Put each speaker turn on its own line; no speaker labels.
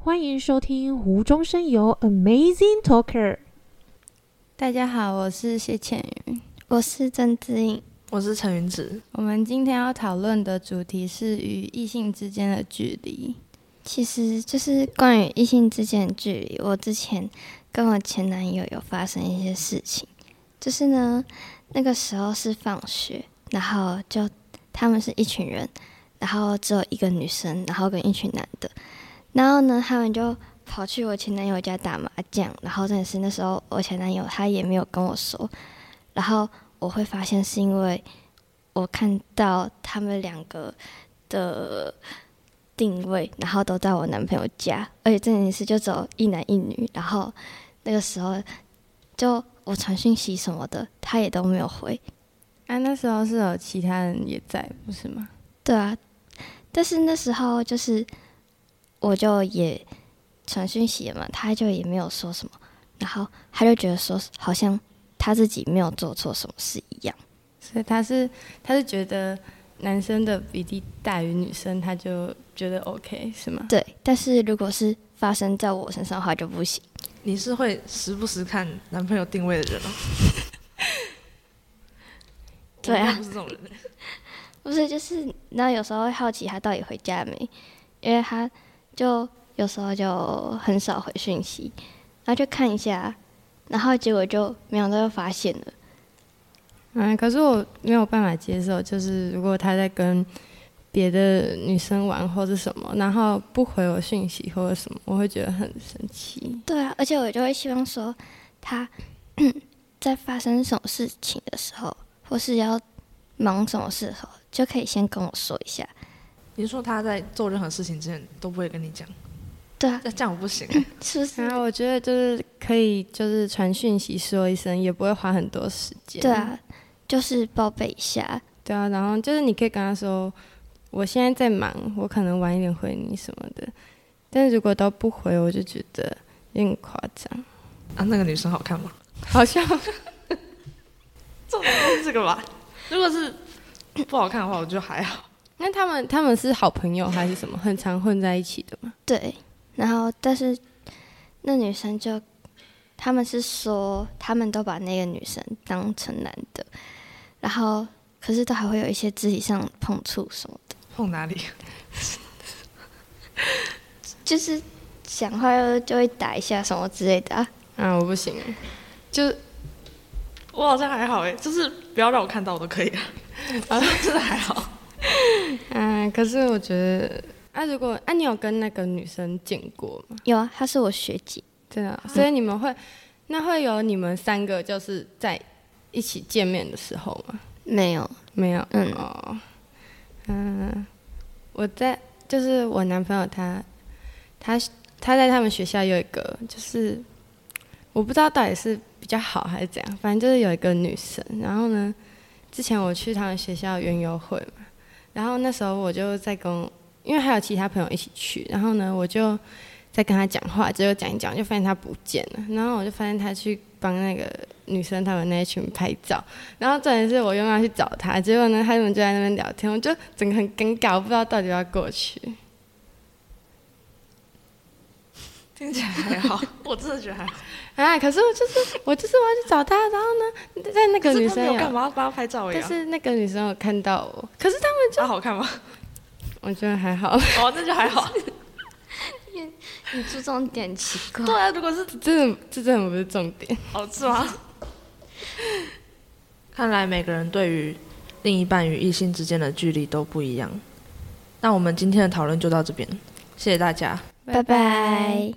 欢迎收听《无中生有 Amazing Talker》。
大家好，我是谢倩云。
我是郑子颖，
我是陈云植，
我们今天要讨论的主题是与异性之间的距离。
其实就是关于异性之间的距离。我之前跟我前男友有发生一些事情，就是呢，那个时候是放学，然后就他们是一群人，然后只有一个女生，然后跟一群男的，然后呢，他们就跑去我前男友家打麻将，然后但是那时候我前男友他也没有跟我说，然后我会发现是因为我看到他们两个的定位，然后都在我男朋友家，而且这件事就只有一男一女，然后那个时候就我传讯息什么的，他也都没有回，
啊，那时候是有其他人也在，不是吗？
对啊，但是那时候就是我就也传讯息了嘛，他就也没有说什么，然后他就觉得说好像他自己没有做错什么事一样，
所以他是他是觉得男生的比例大于女生，他就觉得 OK 是吗？
对，但是如果是发生在我身上的话就不行，
你是会时不时看男朋友定位的人吗？
对啊
我应该不是这种人。
不是就是那有时候会好奇他到底回家没，因为他就有时候就很少回讯息，然后就看一下，然后结果就没想到又发现了。
嗯，可是我没有办法接受，就是如果他在跟别的女生玩或是什么，然后不回我讯息或者什么，我会觉得很生气。
对啊，而且我就会希望说，他 在发生什么事情的时候，或是要忙什么事的时候，就可以先跟我说一下。
你是说他在做任何事情之前都不会跟你讲，
对啊，
那这样我不行。
是不是？
然后啊我觉得就是可以，就是传讯息说一声，也不会花很多时间。
对啊，就是报备一下。
对啊，然后就是你可以跟他说，我现在在忙，我可能晚一点回你什么的。但如果都不回，我就觉得有点夸 张，
啊，那个女生好看吗？
好像
重点不是这个吧？如果是不好看的话，我就还好。
那他们他们是好朋友还是什么？很常混在一起的嘛？
对，然后但是那女生就，他们是说他们都把那个女生当成男的，然后可是都还会有一些肢体上的碰触什么的，
碰哪里？
就是讲话又就会打一下什么之类的啊。
啊，我不行，
就是 我好像还好哎，就是不要让我看到我都可以了。啊，真的还好。
嗯、可是我觉得，啊，如果啊，你有跟那个女生见过吗？
有啊，她是我学姐。
真的啊、所以你们会，那会有你们三个就是在一起见面的时候吗？
没有，
没有，
嗯
哦，嗯、我在就是我男朋友他，他他在他们学校有一个，就是我不知道到底是比较好还是怎样，反正就是有一个女生，然后呢，之前我去他们学校园游会嘛，然后那时候我就在跟，因为还有其他朋友一起去，然后呢，我就在跟他讲话，结果讲一讲就发现他不见了，然后我就发现他去帮那个女生他们那一群拍照。然后重点是我又要去找他，结果呢，他们就在那边聊天，我就整个很尴尬，我不知道到底要过去。
听起来还好， 我真的觉得还好。
啊，可是我就是我就是我要去找他，然后呢，在那个
可
女
是他
生
没有
有，
干嘛，帮他拍照而已
但
啊。
是那个女生有看到我，可是他们
他好看吗？
我觉得还好，
哦，那就还好。
你注重点奇怪。
对啊，如果是
真的这真的不是重点。
好吃吗？ 看来每个人对于另一半与异性之间的距离都不一样。那我们今天的讨论就到这边，谢谢大家。
拜拜。